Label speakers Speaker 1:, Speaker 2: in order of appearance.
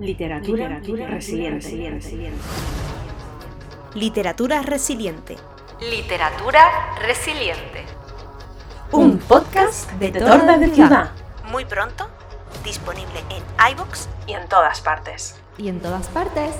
Speaker 1: Literatura, literatura resiliente, resiliente, resiliente.
Speaker 2: Literatura resiliente.
Speaker 3: Literatura resiliente.
Speaker 2: Un podcast de Torda de Ciudad. Muy pronto, disponible en iBox
Speaker 3: Y en todas partes.
Speaker 4: Y en todas partes.